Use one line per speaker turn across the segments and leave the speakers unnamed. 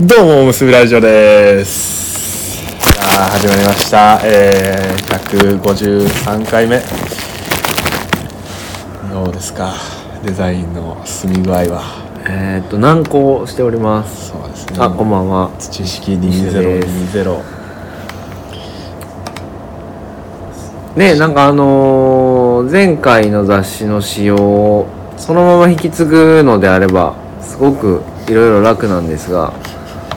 どうも、おむすびラジオです。さあ、始まりました。えー、153回目。どうですか、デザインの進み具合は。
えーっと難航しております。
そうですね。
あこんばんは。
知識
西です
2020。
ねなんかあのー前回の雑誌の仕様をそのまま引き継ぐのであればすごくいろいろ楽なんですが、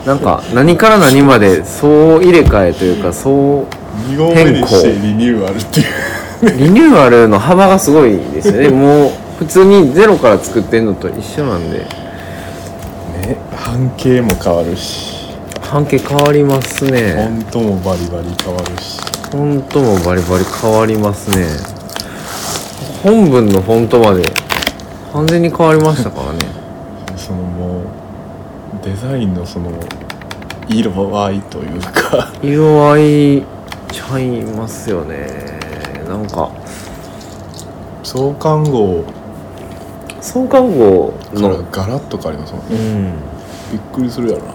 なんか何から何まで総入れ替えというか総
2号目にしてリニューアルっていう。
リニューアルの幅がすごいですよね。もう普通にゼロから作ってんのと一緒なんで
ね、半径も変わるし、
半径変わります
フ
ね。
ォントもバリバリ変わるし。
フォントもバリバリ変わりますね本文のフォントまで完全に変わりましたからね
そのもうデザインのその色合いという か
色合いちゃいますよねなんか
創刊号
創刊号
から
の
ガラッと変わりますもん
う
ね
ん
びっくりするやろな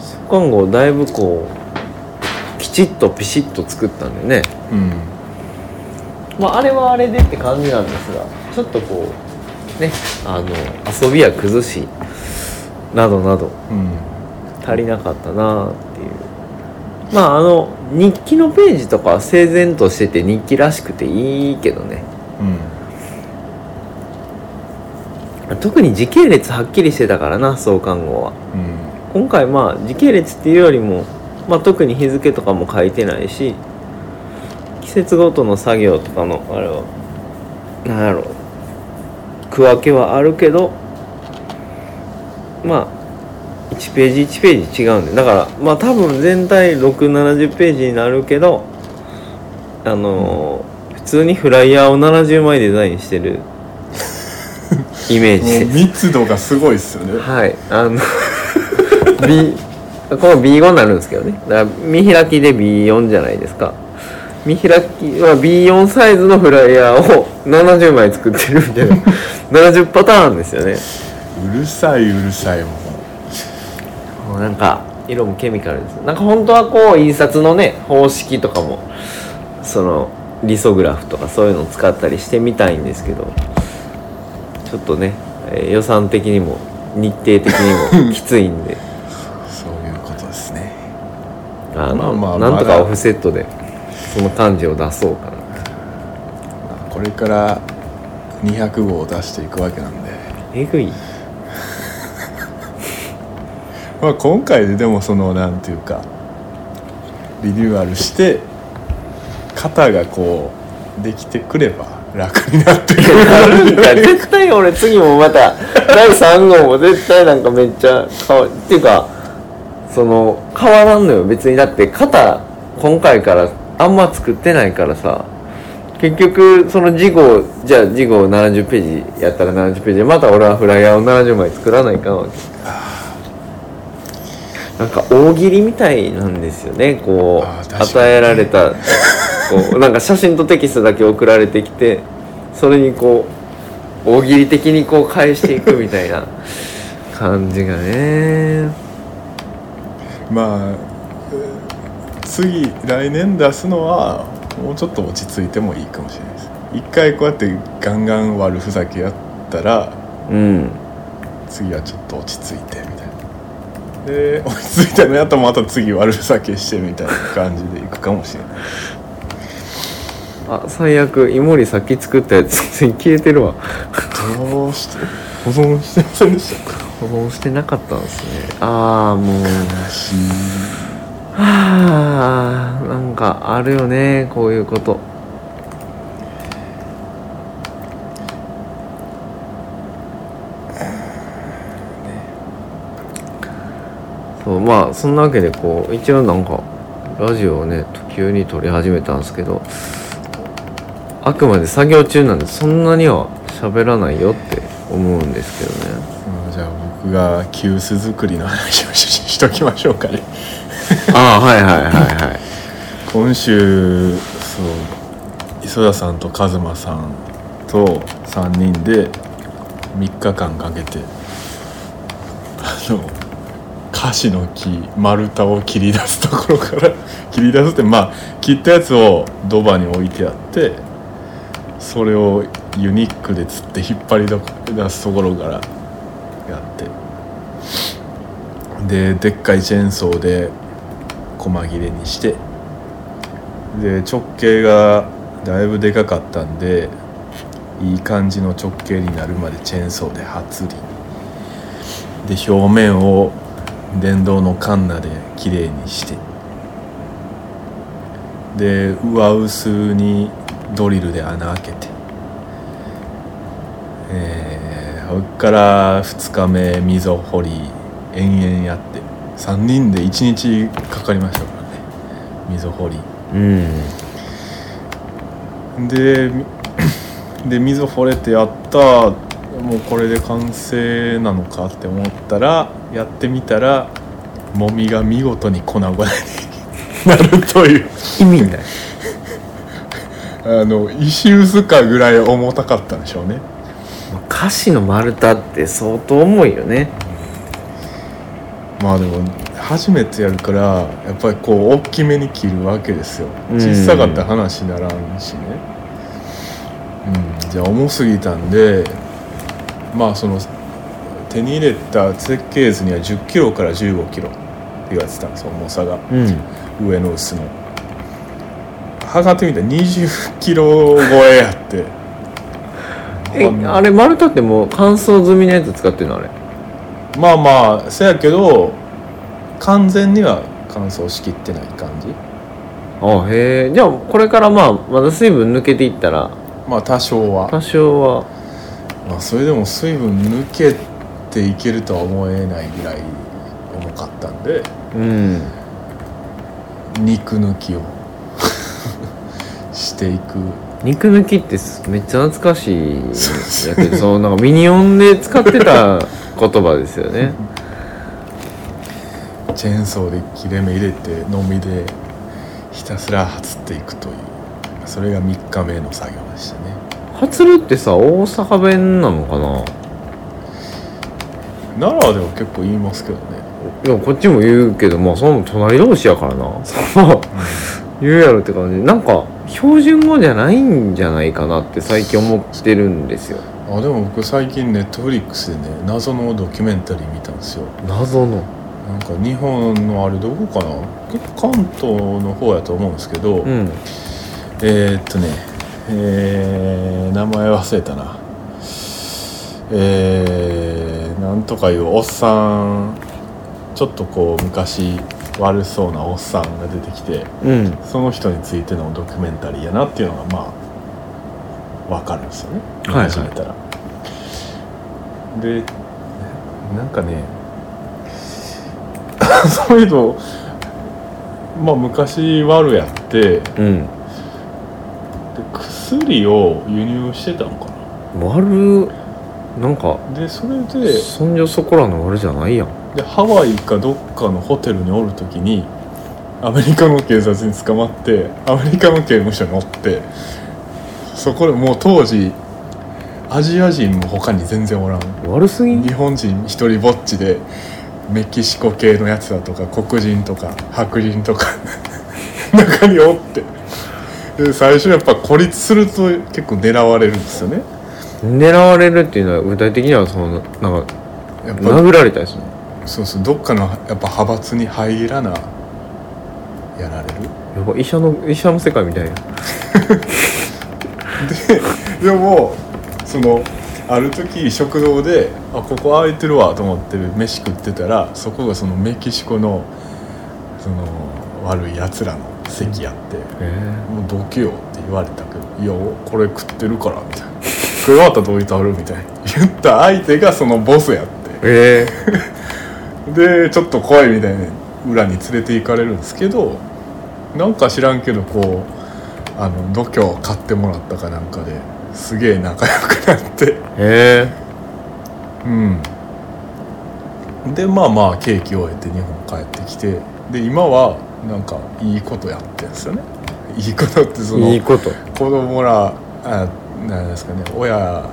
創刊号だいぶこうきちっとピシッと作ったんでね
うん
まああれはあれでって感じなんですがちょっとこうねあの遊びや崩しなどなど
うん
足りなかったなっていうまああの日記のページとかは整然としてて日記らしくていいけどね
うん
特に時系列はっきりしてたからな創刊号は
うん
今回まあ時系列っていうよりも、まあ、特に日付とかも書いてないし季節ごとの作業とかのあれは何やろう区分けはあるけどまあ1ページ1ページ違うんでだからまあ多分全体670ページになるけどあのー普通にフライヤーを70枚デザインしてるイメージ
も
で
う
す。
密度がすごいっすよね
はい、あの B この B5 になるんですけどねだから見開きで B4 じゃないですか見開きは B4 サイズのフライヤーを70枚作ってるみたいな70パターンですよね
うるさいうるさいもん
もうなんか色もケミカルですなんか本当はこう印刷のね方式とかもそのリソグラフとかそういうのを使ったりしてみたいんですけどちょっとね、えー予算的にも日程的にもきついんで。
そういうことですね
あの、
まあまあ
なん
ま
と
だ
かオフセットでその感じを出そうかな
これから200号を出していくわけなんで
えぐい
まあ、今回ででもそのなんていうかリニューアルして肩がこうできてくれば楽になってく る
なんか 絶対俺次もまた第3号も絶対なんかめっちゃ変わっていうかその変わらんのよ別にだって肩今回からあんま作ってないからさ結局その次号じゃあ次号70ページやったら70ページでまた俺はフライヤーを70枚作らないかんわけなんか大喜利みたいなんですよねこ
あー確
う
かに
与えられた こうなんか写真とテキストだけ送られてきてそれにこう大喜利的にこう返していくみたい な感じがね
まあえー次来年出すのはもうちょっと落ち着いてもいいかもしれないです一回こうやってガンガン悪ふざけやったら
うん
次はちょっと落ち着いてみたいなで落ち着いたのやったらまた次悪ふざけしてみたいな感じでいくかもしれない
あ最悪イモリさっき作ったやつ全然消えてるわ
どうして保存してませんでしたか
保存してなかったんですねああもうはあなんかあるよねこういうことそうまあそんなわけでこう一応なんかラジオをね急に撮り始めたんですけどあくまで作業中なんでそんなには喋らないよって思うんですけどね
うんじゃあ僕が急須作りの話をしししときましょうかね
ああはいはいはいはい
今週そう磯田さんと一馬さんと3人で3日間かけてあの箸の木丸太を切り出すところから 切り出すってまあ切ったやつをドバに置いてあってそれをユニックで釣って引っ張り出すところからやってででっかいチェーンソーで細切れにしてで直径がだいぶでかかったんでいい感じの直径になるまでチェーンソーで刃釣りで表面を電動のカンナで綺麗にしてで上薄にドリルで穴開けてえーそっから2日目溝掘り延々やって3人で1日かかりましたからね溝掘り
うん
で で水掘れてやったもうこれで完成なのかって思ったらやってみたらもみが見事に粉々になるという
意味ない
あの石臼かぐらい重たかったんでしょうね
歌詞の丸太って相当重いよね
まあでも初めてやるからやっぱりこう大きめに切るわけですよ
うん
小さかったら話ならんしねうんじゃあ重すぎたんでまあその手に入れた設計図には1 0キロから1 5キロって言われてたんですよ重さが
うん
上の薄の測ってみたら2 0キロ超えやって
えあれ丸太ってもう乾燥済みのやつ使ってるのあれ
まあまあせやけど完全には乾燥しきってない感じ
あへえじゃあこれからまあまだ水分抜けていったら
まあ多少は
多少は
まあ、それでも水分抜けていけるとは思えないぐらい重かったんで
うん
肉抜きをしていく
肉抜きってすめっちゃ懐かしいやけ どそうなんかミニオンで使ってた言葉ですよね
チェーンソーで切れ目入れてのみでひたすらはつっていくというそれが3日目の作業でしたね
ハツルってさ大阪弁なのかな
奈良では結構言いますけどね
いやこっちも言うけどまあその隣同士やからなそう言うやろって感じなんか標準語じゃないんじゃないかなって最近思ってるんですよ
あでも僕最近ネットフリックスでね謎のドキュメンタリー見たんですよ
謎の
なんか日本のあれどこかな結構関東の方やと思うんですけど、
うん
えー、っとね、えー、名前忘れたな。えー、なんとかいうおっさん、ちょっとこう昔悪そうなおっさんが出てきて、
うん
その人についてのドキュメンタリーやなっていうのがまあわかるんですよね
はいはい
始めたら、でなんかね その人まあ昔悪やってで
うん
薬を輸入してたのか
丸なんか
なでそれで
そんじょそこらの丸じゃないやん
でハワイかどっかのホテルにおる時にアメリカの警察に捕まってアメリカの刑務所におってそこでもう当時アジア人も他に全然おらん
悪すぎん
日本人一人ぼっちでメキシコ系のやつだとか黒人とか白人とか 中におってで最初やっぱ孤立すると結構狙われるんですよね
狙われるっていうのは具体的にはそのなんか
やっぱ
殴られたりするの
そうそうどっかのやっぱ派閥に入らなやられる
やっぱ医者の医者の世界みたいや
でもそのある時食堂であここ空いてるわと思って飯食ってたらそこがそのメキシコのその悪いやつらの席やって
へえ
「もうどけよ」って言われたけど「いやこれ食ってるから」みたいな「食い終わったらどういたある?」みたいな言った相手がそのボスやって
え
でちょっと怖いみたいに裏に連れて行かれるんですけどなんか知らんけどこうあの度胸を買ってもらったかなんかですげえ仲良くなって。
ええ
うん、でまあまあケーキを終えて日本帰ってきてで今はなんかいいことやってるんですよねいいことってその
いいこと
子供らあなんですかね親あ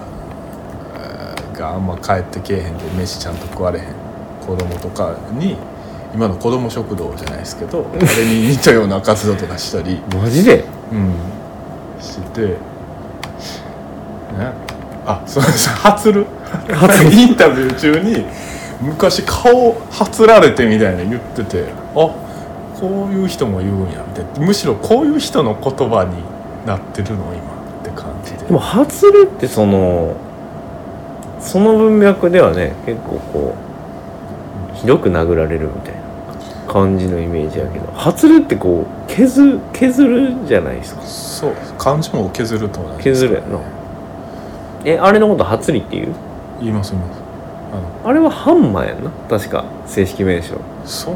があんま帰ってけえへんで飯ちゃんと食われへん子供とかに今の子ども食堂じゃないですけどあれに似たような活動とかしたり、
マジ で
うん、してて、ね、あそうそうはつる
はつる
インタビュー中に昔顔はつられてみたいな言っててあこういう人も言うんやみたいなむしろこういう人の言葉になってるの今って感じで
でも外れってそのその文脈ではね結構こうひどく殴られるみたいな感じのイメージやけど外れってこう削削るじゃないですか
そう漢字も削ると同じ
削るやんなえあれのこと外りっていう
言います言いますあの
あれはハンマーやんな確か正式名称
そ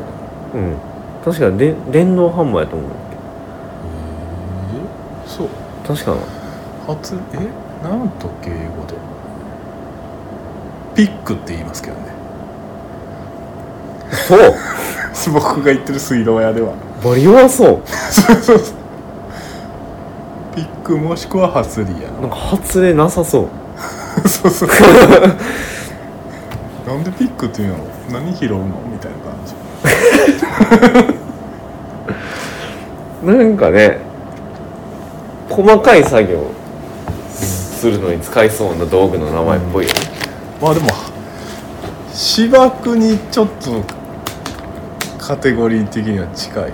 う
うん確かで電動ハンマーやと思う
えー、そう
確かな
初えなんと敬語でピックって言いますけどね
そう
僕が言ってる水道屋では
バリ弱そう
そうそうそうピックもしくはハスリや
なんか外れなさそう
なそうそうなんでピックっていうの何拾うのみたいな感じ
なんかね細かい作業するのに使いそうな道具の名前っぽいよね、
まあでも芝生にちょっとカテゴリー的には近い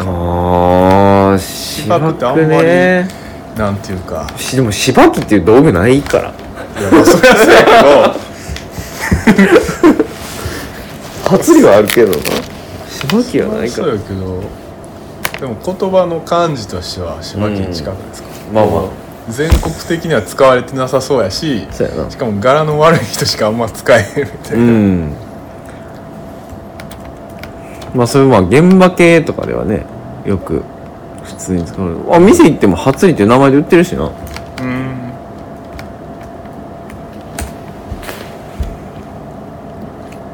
ああ芝
芝生ってあん
生
まり
ね
なんていうか
しでも芝生っていう道具ないから
いやまあそりゃそうやけど
発理はあるけどな芝生はないか
そ
ら
うやけどでも言葉の漢字としては芝木に近くないですか、
まあま
全国的には使われてなさそうやし
あそうやな
しかも柄の悪い人しかあんま使えへんみたいうな、
んまあそれまあ現場系とかではねよく普通に使われるあ店行っても初りっていう名前で売ってるしな
うん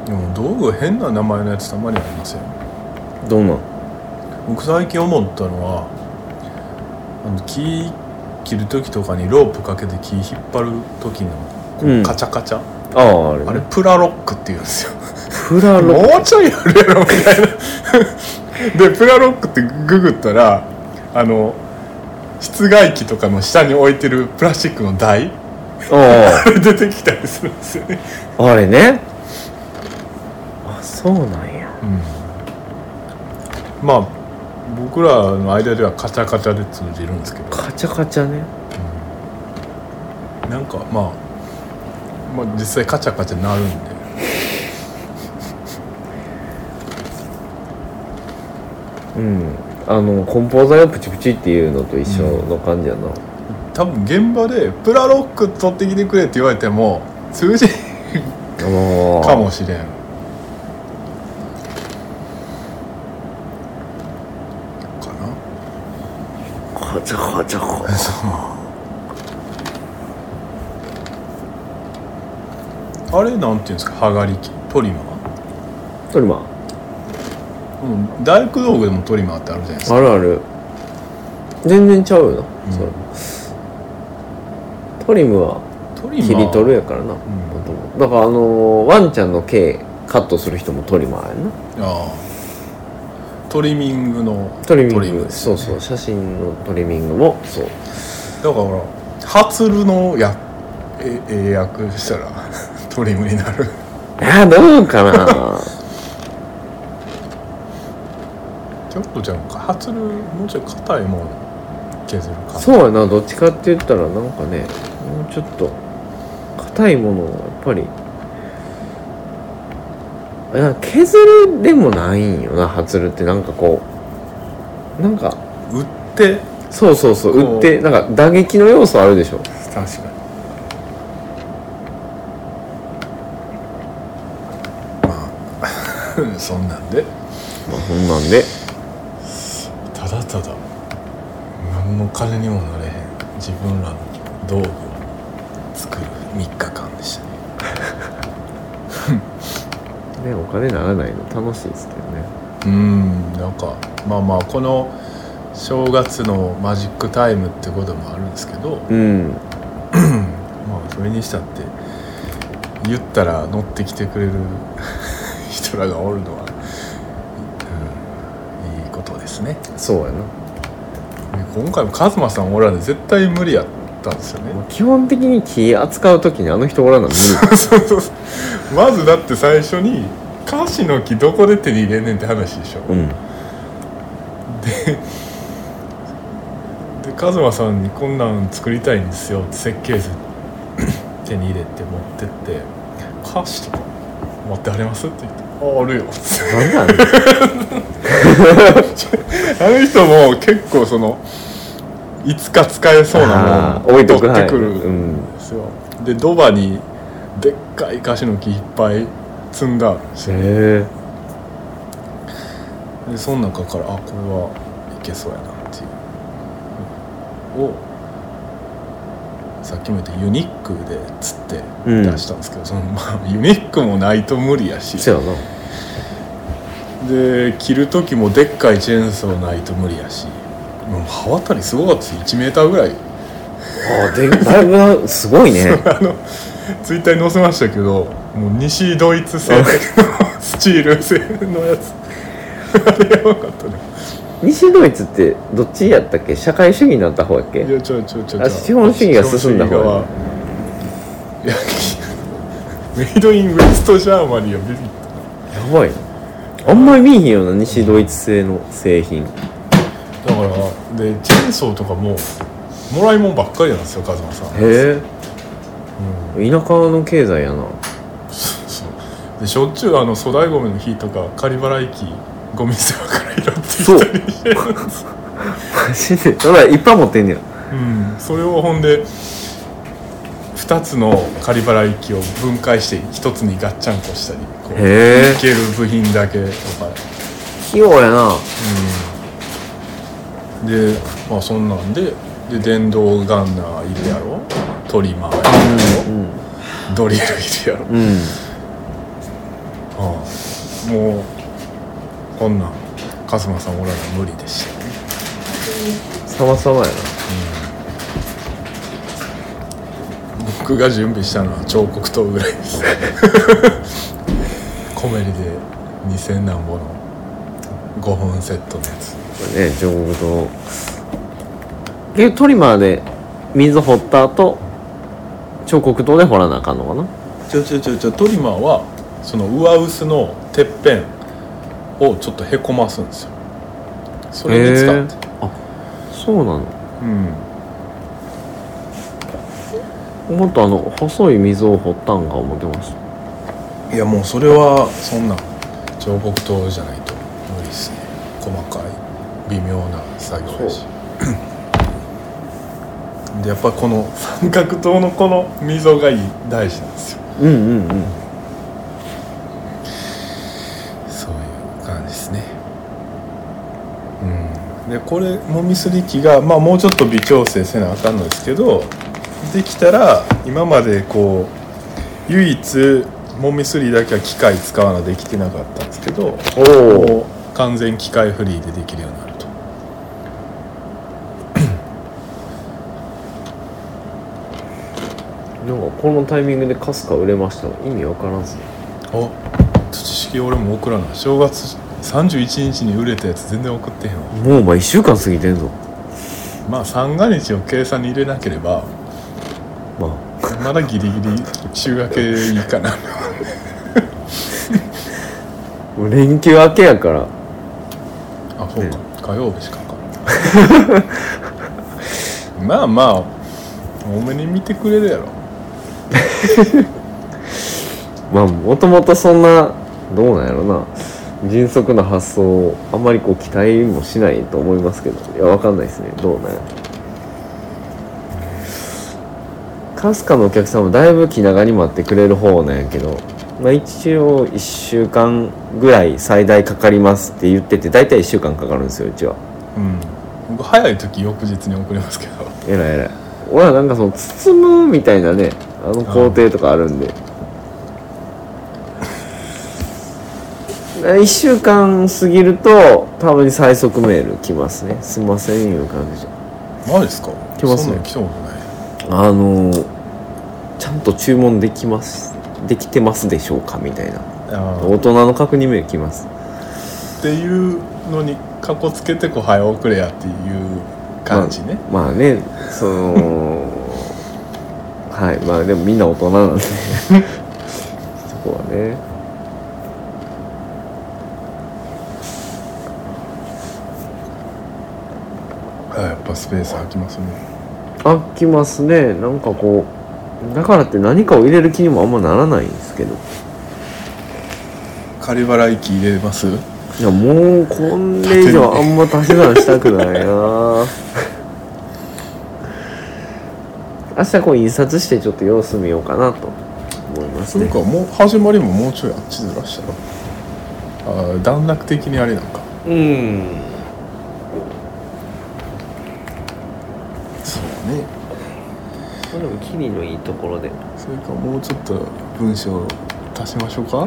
でも道具変な名前のやつたまにありますよね
どうなん
僕最近思ったのはあの木切る時とかにロープかけて木引っ張る時のこ
うん
うカチャカチャ、
あああれ,、
あれプラロックって言うんですよ
プラロ
もうちょいやるやろみたいなでプラロックってググったらあの室外機とかの下に置いてるプラスチックの台
あ
あれ出てきたりするんですよね、
ああれねあそうなんや
まあ僕らの間ではカチャカチャで通じるんですけど
カチャカチャね
なんかまあ、まあ、実際カチャカチャなるんで
うんあの梱包材をプチプチっていうのと一緒の感じやな、
多分現場でプラロック取ってきてくれって言われても通じ
ああ
かもしれんか
カチャカチャ
な
カ
そうあれなんていうんですかはがり機トリマー、
トリマ
うん、大工道具でもトリマーってあるじゃないですか
ーあるある全然ちゃうよな、
うん
そうトリムは
トリマー
切り取るやからな、もともとだからあのーワンちゃんの毛カットする人もトリマーやんな
ああトリミングの
トリミング
です
そうそう写真のトリミングも そう
だからハツルのやえ英訳したら トリムになる
あーどうかな
ちょっとじゃあハツルもうちょい硬いもん削るか
そうやなどっちかって言ったらなんかねもうちょっと硬いものをやっぱりあなんか削るでもないんよな発るってなんかこうなんか
売って
そうそうそう
こう
打ってなんか打撃の要素あるでしょ
確かにまあ そんなんで
まあそんなんで
ただただ何の金にもなれへん自分らの道具を作る3日間でしたね
ねお金ならないの楽しいですけどね
うんなんかまあまあこの正月のマジックタイムってこともあるんですけど
うん
まあそれにしたって 言ったら乗ってきてくれる人らがおるのはですね
そうやな
今回もカズマさんおらんで絶対無理やったんですよね
基本的に木扱う時にあの人おらんの無 理
そうそうそうまずだって最初に「カシの木どこで手に入れんねん」って話でしょ
うん
でカズマさんに「こんなん作りたいんですよ」って設計 図手に入れて持ってって「カシとか持ってあります?」って言って「ああるよ」
なんなんだ
あの人も結構そのいつか使えそうな
あー
もの
置
を
いとく
取ってくる
はいうん
んですよ、でドバにでっかいカシの木いっぱい積んだんですよ
へ
でその中からあこれはいけそうやなっていうをさっきも言ったユニックで釣って
うん
出したんですけど、そのまあユニックもないと無理やし
えそうやな
で切る時もでっかいチェーンソーないと無理やしもう刃渡りすごかったです1メーターぐらい
あでだいぶなすごいね
あのツイッターに載せましたけどもう西ドイツ製のスチール製のやつ あれやばかったね
西ドイツってどっちやったっけ社会主義になった方やっけ
いやちょちょちょちょ
あ資本主義が進んだ方や
資本主義側いやメイドインウェストジャーマニーはビビった
やばいなあんまり見えへんよな西ドイツ製の製品
だからでチェーンソーとかももらいもんばっかりなんですよカズマさん
へえ田舎の経済やな
そうでしょっちゅうあの粗大ゴミの日とか仮払い機ゴミ捨て場から拾ってきたりしてるんですよ
マジでただいっぱい持ってんねや
うん、それをほんで2つの仮払い機を分解して1つにガッチャンコしたりこう
へえ
いける部品だけとか、
器用やな
うん、でまあそんなんでで電動ガンナーいるやろトリマーいるやろ、ドリルいるやろ、
うん
ああもうこんなんカズマさんおらな無理でしたね
様々やな
僕が準備したのは彫刻刀ぐらいです コメリで2000何本の5本セットのやつ
これね上国とでトリマーで水掘った後彫刻刀で掘らなあかんのかな
ちょちょちょちょトリマーはその上薄のてっぺんをちょっとへこますんですよそれで使って、
へえあそうなの
うん
もっとあの細い溝を掘ったんか思ってました
いやもうそれはそんな彫刻刀じゃないと無理ですね細かい微妙な作業だしでやっぱこの三角刀のこの溝がいい大事なんですよ
うんうんうん
そういう感じですねうんでこれもみすり機が、まあ、もうちょっと微調整せなあかんのですけどできたら今までこう唯一もみすりだけは機械使わなできてなかったんですけど
おお
もう完全機械フリーでできるようになると
なんかこのタイミングでかすか売れました意味わからんっすね
お知識俺も送らない正月31日に売れたやつ全然送ってへんわ
もうお前1週間過ぎてんぞ
まあ三が日を計算に入れなければ
ま
まだギリギリ週明けいいかな
あもう連休明けやから
あそうか火曜日しかか まあまあ多めに見てくれるやろ
まあもともとそんなどうなんやろな迅速な発想をあんまりこう期待もしないと思いますけどいやわかんないですねどうなんやかすかのお客さんもだいぶ気長に待ってくれる方なんやけど、まあ、一応1週間ぐらい最大かかりますって言ってて大体1週間かかるんですようちは
うん僕早い時翌日に送りますけど
えらいえらい俺はなんかその包むみたいなねあの工程とかあるんで1週間過ぎるとたまに最速メール来ますねすいませんいう感じで
マジですか
来ます
そん
ね
なん来たことない
あのーちゃんと注文できますできてますでしょうかみたいな
あー
大人の確認メール来ます
っていうのにかっこつけてこう早送れやっていう感じね、
まあ、まあねその はいまあでもみんな大人 なんでそこはね
あ、やっぱスペース空きますね
飽きますねなんかこうだからって何かを入れる気にもあんまならないんですけど
仮払い機入れます
いやもうこれ以上あんま足し算したくないな 明日こう印刷してちょっと様子見ようかなと思います
そう
ね
かもう始まりももうちょいあっちずらしたらあー段落的にあれなんか
うん
そうね
まあでもキリのいいところで
それかもうちょっと文章足しましょうか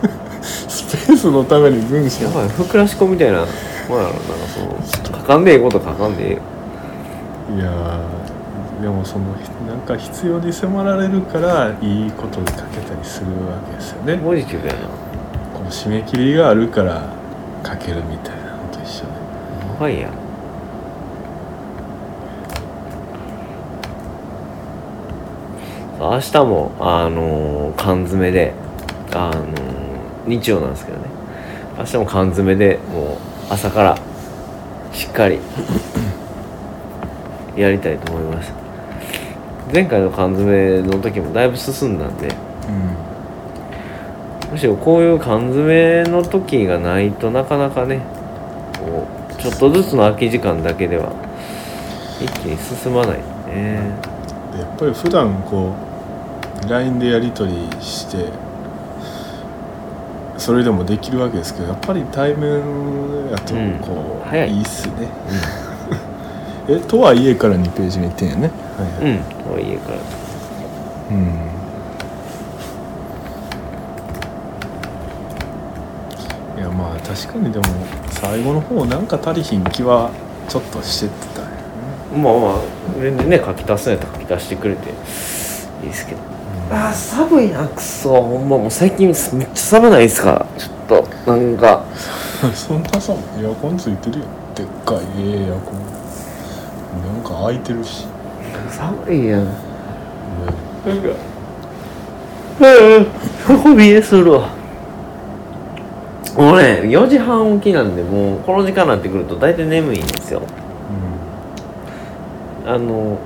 スペースのために文章
やばいふくらしこみたいなもんやろなんかその書かんでええこと書かんでええ
い
よ
やーでもそのなんか必要に迫られるからいいことにかけたりするわけですよねこ
ポジティブやな
う締め切りがあるからかけるみたいなのと一緒で
やばいやん明日もあのー缶詰であのー日曜なんですけどね明日も缶詰でもう朝からしっかりやりたいと思いました前回の缶詰の時もだいぶ進んだんで
うん
むしろこういう缶詰の時がないとなかなかねこうちょっとずつの空き時間だけでは一気に進まないね
でやっぱり普段こう LINE でやり取りしてそれでもできるわけですけどやっぱり対面やと
うん
こう、
早
い
い
っすね、 えとはいえから2ページ目いってんやね、はいはい
うんとはいえから
うんいやまあ確かにでも最後の方なんか足りひん気はちょっとしてってたよね
まあまあ全然ね書き足すんやったら書き足してくれていいですけどあー寒いなくそほんまもう最近めっちゃ寒ないですからちょっとなんか
そんなさエアコンついてるよでっかいええエアコンなんか開いてるし、
寒いやん
う
なんかうん 底冷えするわもうね4時半起きなんでもうこの時間になってくると大体眠いんですよ
ん
あの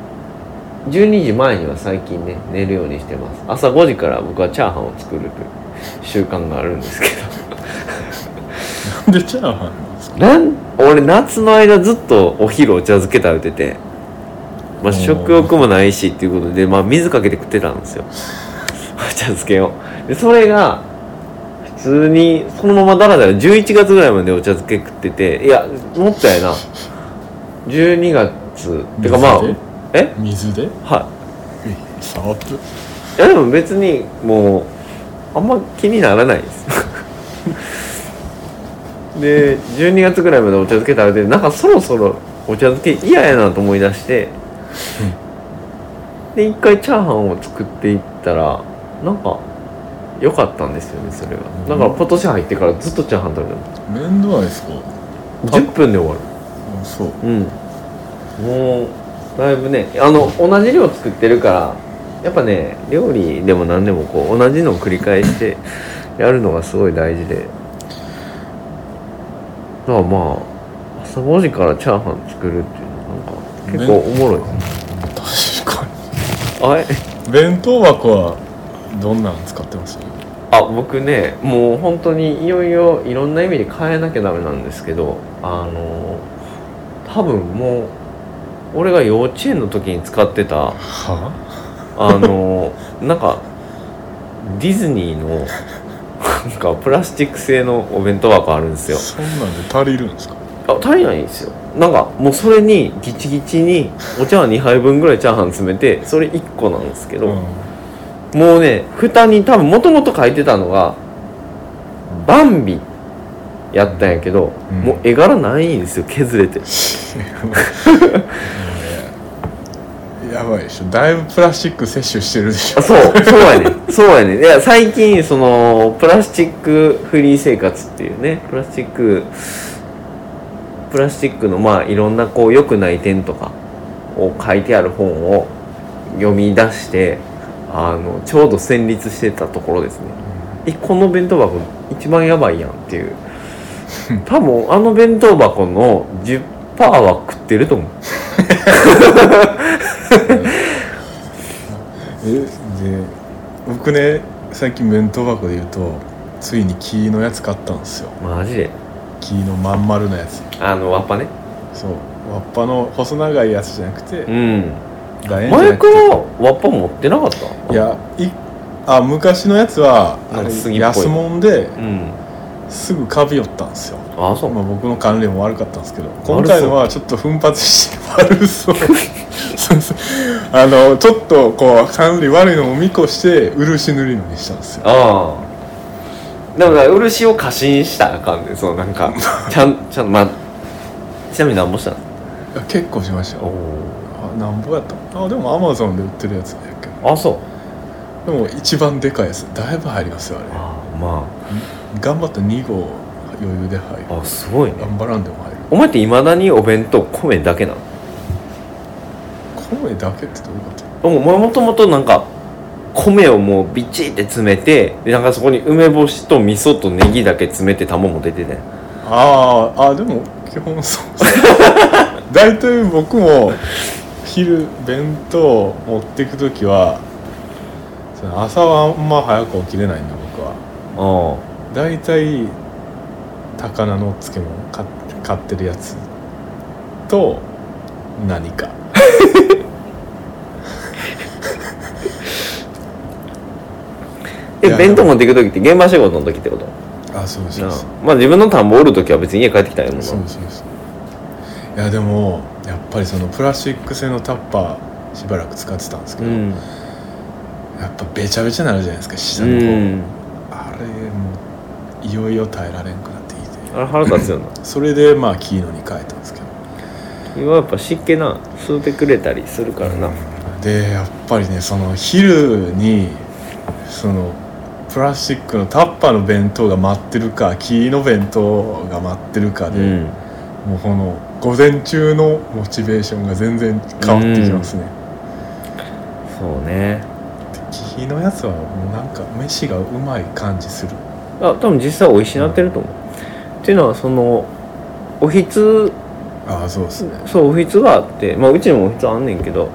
12時前には最近ね寝るようにしてます朝5時から僕はチャーハンを作るという習慣があるんですけ
なんでチャーハンなんですか
どなん俺夏の間ずっとお昼お茶漬け食べてて、まあ、
おー
食欲もないしっていうことで、まあ、水かけて食ってたんですよ お茶漬けをでそれが普通にそのままだらだら11月ぐらいまでお茶漬け食ってていやもっとやな12月てかまあ
水で
え
水で
はい
触って
いやでも別にもうあんま気にならないです で12月ぐらいまでお茶漬け食べてなんかそろそろお茶漬け嫌やなと思い出してで一回チャーハンを作っていったらなんか良かったんですよねそれが
うん
だから今年入ってからずっとチャーハン食べて
面倒ないですか
た10分で終わる
あそう
うんもうだいぶねあの同じ量作ってるからやっぱね料理でも何でもこう同じのを繰り返してやるのがすごい大事でだからまあ朝5時からチャーハン作るっていうのなんか結構おもろい、
確か
あえ
に弁当箱はどんなん使ってます
あ僕ねもう本当にいよいよいろんな意味で変えなきゃダメなんですけどあの多分もう俺が幼稚園の時に使ってた
は
あのなんかディズニーのなんかプラスチック製のお弁当箱あるんですよ
そんなんで足りるんですか
あ足りないんですよなんかもうそれにギチギチにお茶碗2杯分ぐらいチャーハン詰めてそれ1個なんですけど、
うん
もうね蓋に多分もともと書いてたのがバンビやったんやけど、
うん
もう絵柄ないんですよ削れて
やばいでしょだいぶプラスチック摂取してるでし
あ
ょ
そうそうやねそうやねいや最近そのプラスチックフリー生活っていうねプラスチックプラスチックのまあいろんなこう良くない点とかを書いてある本を読み出してあのちょうど戦慄してたところですねえこの弁当箱一番やばいやんって いう多分あの弁当箱の10%は食ってると思う
えで僕ね最近弁当箱で言うとついに木のやつ買ったんですよ
マジで
木のまん丸のやつ
あのわっぱね
そうわっぱの細長いやつじゃなくて
うん
楕円じゃな
前
く
か
て
らわっぱ持ってなかった
いやいあ昔のやつはあ
なんか杉
れ
っぽい
安物で
うん
すぐカビ寄ったんですよ
あそう
まあ、僕の関連も悪かったんですけど
そう
今回のはちょっと奮発して悪そう そうそうあのちょっとこう関連悪いのも見越して漆塗りのにしたんですよ
ああでもな漆を過信したらあかんで、そのなん かちゃんちゃんまあちなみに何もしたんですか
あ結構しましたよあなんぼやったあでもアマゾンで売ってるやつだけ
あそう
どでも一番でかいやつだいぶ入りますよあれ
ああま
頑張った2号余裕で入る
ああすごいね
頑張らんでも入る
お前っていまだにお弁当米だけなの
米だけってどういうこと
でもお前もともとなんか米をもうビチって詰めてでなんかそこに梅干しと味噌とネギだけ詰めて卵も出てたやん
あーあでも基本そう です大体僕も昼弁当持ってく時はその朝はあんま早く起きれないんで僕は
あ
大体高菜の漬物買っ買ってるやつと何か
え
いや
弁当持っていく時って現場仕事の時ってこと
あそうです
なあまあ自分の田んぼおる時は別に家帰ってきたんやもんな
そうそうそういやでもやっぱりそのプラスチック製のタッパーしばらく使ってたんですけ
う
ど、
ん
やっぱべちゃべちゃになるじゃないですか下
う
の方、
ん
あれもういよいよ耐えられんくなってき
あれ腹立つよな
てそれでまあキーノに変えたんですけど
今やっぱ湿気な吸ってくれたりするからな
でやっぱりねその昼にそのプラスチックのタッパーの弁当が待ってるかキーノ弁当が待ってるか
う
で、
ん
もうこの午前中のモチベーションが全然変わってきますね、
そうね
でキーノやつはもうなんか飯がうまい感じする
あ多分実際美味しなってると思う、っていうのはそのおひつ
ああそうですね
そうおひつがあってまあうちにもおひつあんねんけど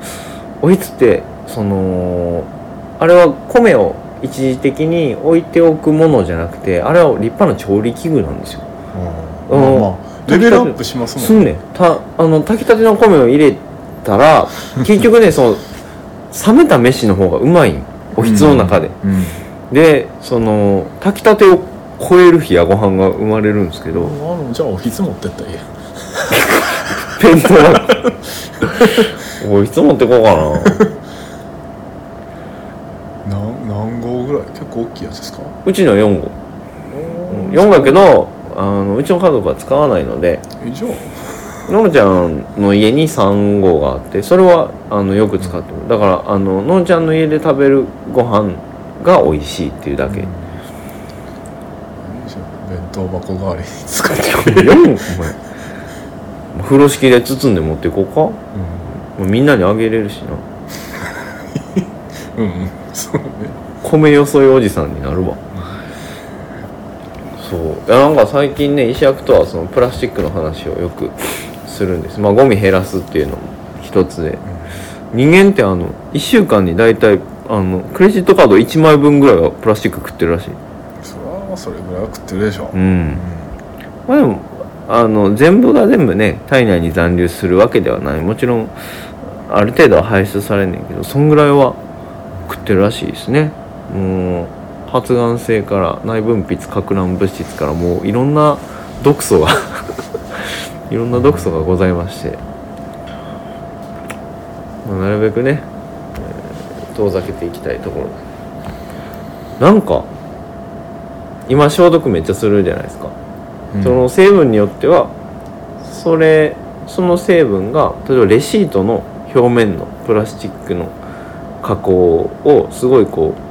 おひつってそのあれは米を一時的に置いておくものじゃなくてあれは立派な調理器具なんですよ
うんまあまあレベルアップします
す
もん
んねんたあの炊きたての米を入れ たら結局ねその冷めた飯の方がうまいんおひつの中で、
うん、うん
でその炊きたてを超える日やご飯が生まれるんですけど
あのじゃあおひつ持ってったらいいや
弁 当はおいつ持ってこうかな
なん何号ぐらい結構大きいやつですか
うちの4号
4
4号やけどあのうちの家族は使わないので
以上
ののちゃんの家に3号があってそれはあのよく使ってるだからあのののちゃんの家で食べるご飯が美味しいっていうだけ、
何でしょう弁当箱代わりに使ってくれる、
4お前風呂敷で包んで持っていこうかもうみんなにあげれるしな
うん、うんうんそうね
米よそいおじさんになるわそういやなんか最近ね石役とはそのプラスチックの話をよくするんですまあゴミ減らすっていうのも一つで人間ってあの1週間に大体あのクレジットカード1枚分ぐらいはプラスチック食ってるらしい
それはそれぐらいは食ってるでしょ、
う
うん
んまあでもあの全部が全部ね体内に残留するわけではないもちろんある程度は排出されんねんけどそんぐらいは食ってるらしいですねもう発がん性から内分泌か乱物質からもういろんな毒素が いろんな毒素がございまして、まあ、なるべくね、えー遠ざけていきたいところなんか今消毒めっちゃするじゃないですか
うん
その成分によってはそれその成分が例えばレシートの表面のプラスチックの加工をすごいこう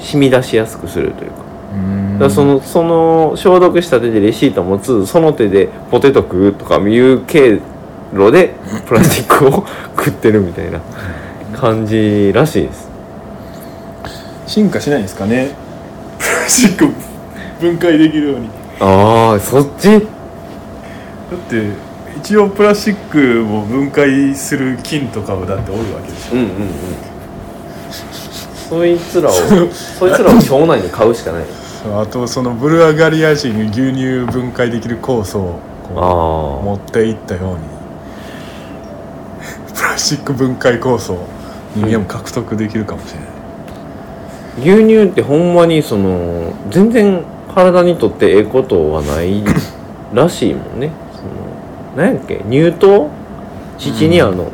染み出しやすくするというか
うんうん
だからそのその消毒した手でレシート持つその手でポテト食うとかいう経路でプラスチックを食ってるみたいな感じらしいです
進化しないんですかねプラスチックを分解できるようにだ
ああそっち
って一応プラスチックを分解する菌とかはだっておるわけでしょ
うんうんうんそい つらをそいつらを町内に買うしかない
そうあとそのブルガリア人牛乳分解できる酵素をこう
あ
持っていったようにプラスチック分解酵素を人間も獲得できるかもしれない、
あ牛乳ってほんまにその全然体にとってええことはないらしいもんね その何やっけ乳糖父にあの、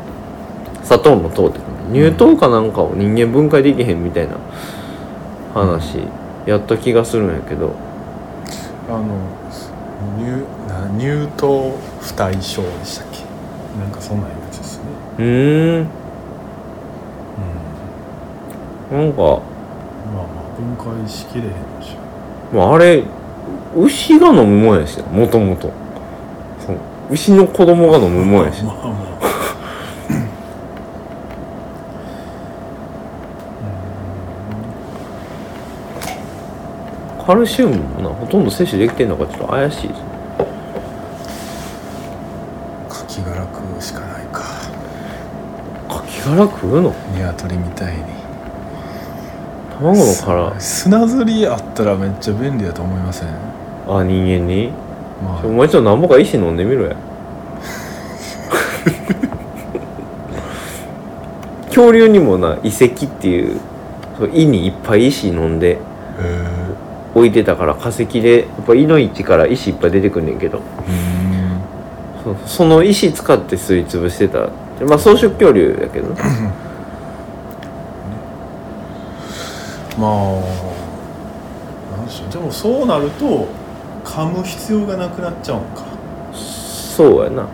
砂糖の糖って書く乳糖かなんかを人間分解できへんみたいな話やった気がするんやけど
あの乳な乳糖不対症でしたっけなんかそんなやつですね、
うーんなんか
まあまあ分解しきれへんでしょ
まあ、あれ牛が飲むもんやしもともと牛の子供が飲むもんやし
まあま
カルシウムもなほとんど摂取できてんのかちょっと怪しいです
あカキ殻食うしかないか
カキ殻食うの
ニワトリみたいに
卵の殻
砂ずりあったらめっちゃ便利だと思いません
あ人間に
ま
お前ちょっとなんぼか石飲んでみろや 恐竜にもな遺跡っていうそう胃にいっぱい石飲んで
あへえ
置いてたから化石でやっぱ胃の位置から石いっぱい出てくんねんけど
うん
そうその石使ってすりつぶしてたでまあ草食恐竜やけどね
まあなんでしょうでもそうなると噛む必要がなくなっちゃうんか
そうやな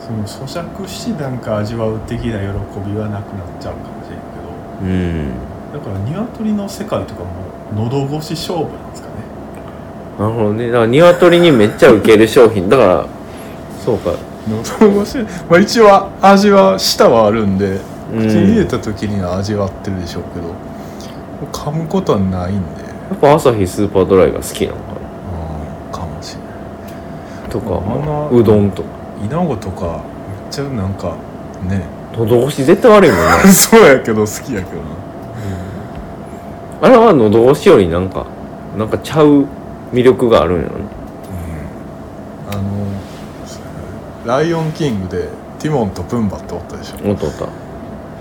その咀嚼してなんか味わう的な喜びはなくなっちゃうかもしれんけど
うん
だから鶏の世界とかも喉越し勝負なんですかね
なるほどねだから鶏にめっちゃウケる商品だからそうか
喉越しまあ一応は味は舌はあるんで
う
口
ん
に入れた時には味わってるでしょうけど、もう噛むことはないんで、
やっぱ朝日スーパードライが好きなのか
うん、かもしれな
なとか、
まあ
まあ
まあ
うどんとか
い稲子とかめっちゃなんかね
喉越し絶対悪いもんな
そうやけど好きやけどな
あれは喉越しよりなんかなんかちゃう魅力があるんやろね
あのライオンキングでティモンとプンバっておったでしょ
おっとおっ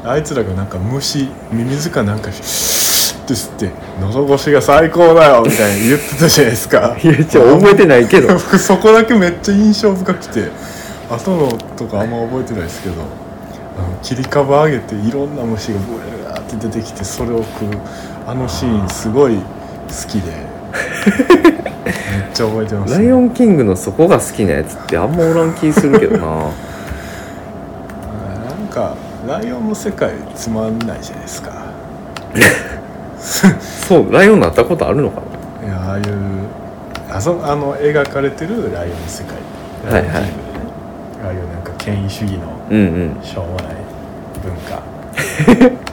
た
あいつらがなんか虫ミミズかなんかシュッて吸って「喉越しが最高だよ」みたいに言ってたじゃないですか
いやちょ覚えてないけど
僕そこだけめっちゃ印象深くて後のとかあんま覚えてないですけどあの切り株上げていろんな虫がブワーって出てきてそれを食うあのシーンすごい好き でめっちゃ覚えてます、
ライオンキングのそこが好きなやつってあんまおらん気するけどな
なんかライオンの世界つまんないじゃないですか
そうライオンなったことあるのかない
やああいうあそあの描かれてるライオンの世界
はいはい
ライオンキングでねああいうなんか権威主義の
うんうん
しょうもない文化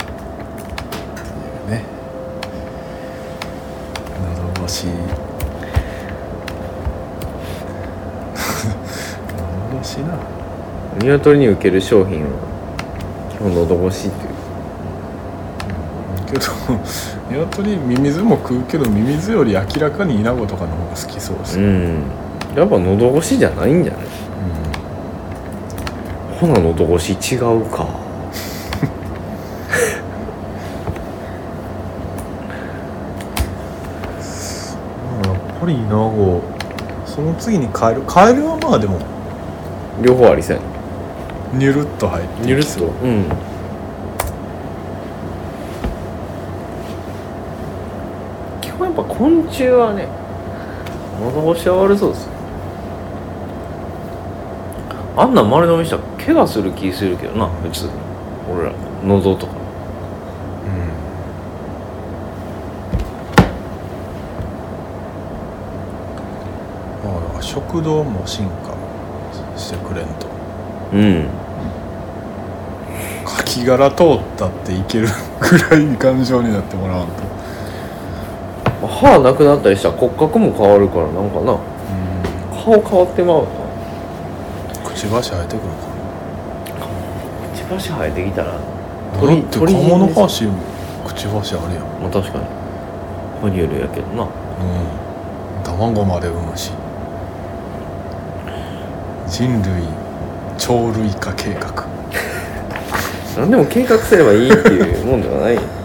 うんね喉越し 喉越しな
鶏に受ける商品は基本喉越しっていう
けど鶏ミミズも食うけどミミズより明らかにイナゴとかの方が好きそうです、うん
うんやっぱ喉越しじゃないんじゃないほな喉越し違うか
やっぱりイナゴその次にカエルカエルはまあでも
両方ありそうやね
ニュルッと入って
ゆるっとうん基本やっぱ昆虫はね喉越しは悪そうですよあんなん丸飲みしたっけ
怪我する気するけどな別に俺ら喉とか
まあだから食堂も進化してくれんと
うん
カキ殻通ったっていけるぐらい頑丈になってもらわんと
歯なくなったりしたら骨格も変わるからなんかな
う
顔変わってまうなん
くちばし生えてくるか
くちばし生えてきたら
な
鳥
だってカ
鳥人
モノ
です
ハシくちばしあるやん
まあ確かに哺乳類やけどな
うん卵まで産むし人類鳥類化計画
何でも計画すればいいっていうもんではない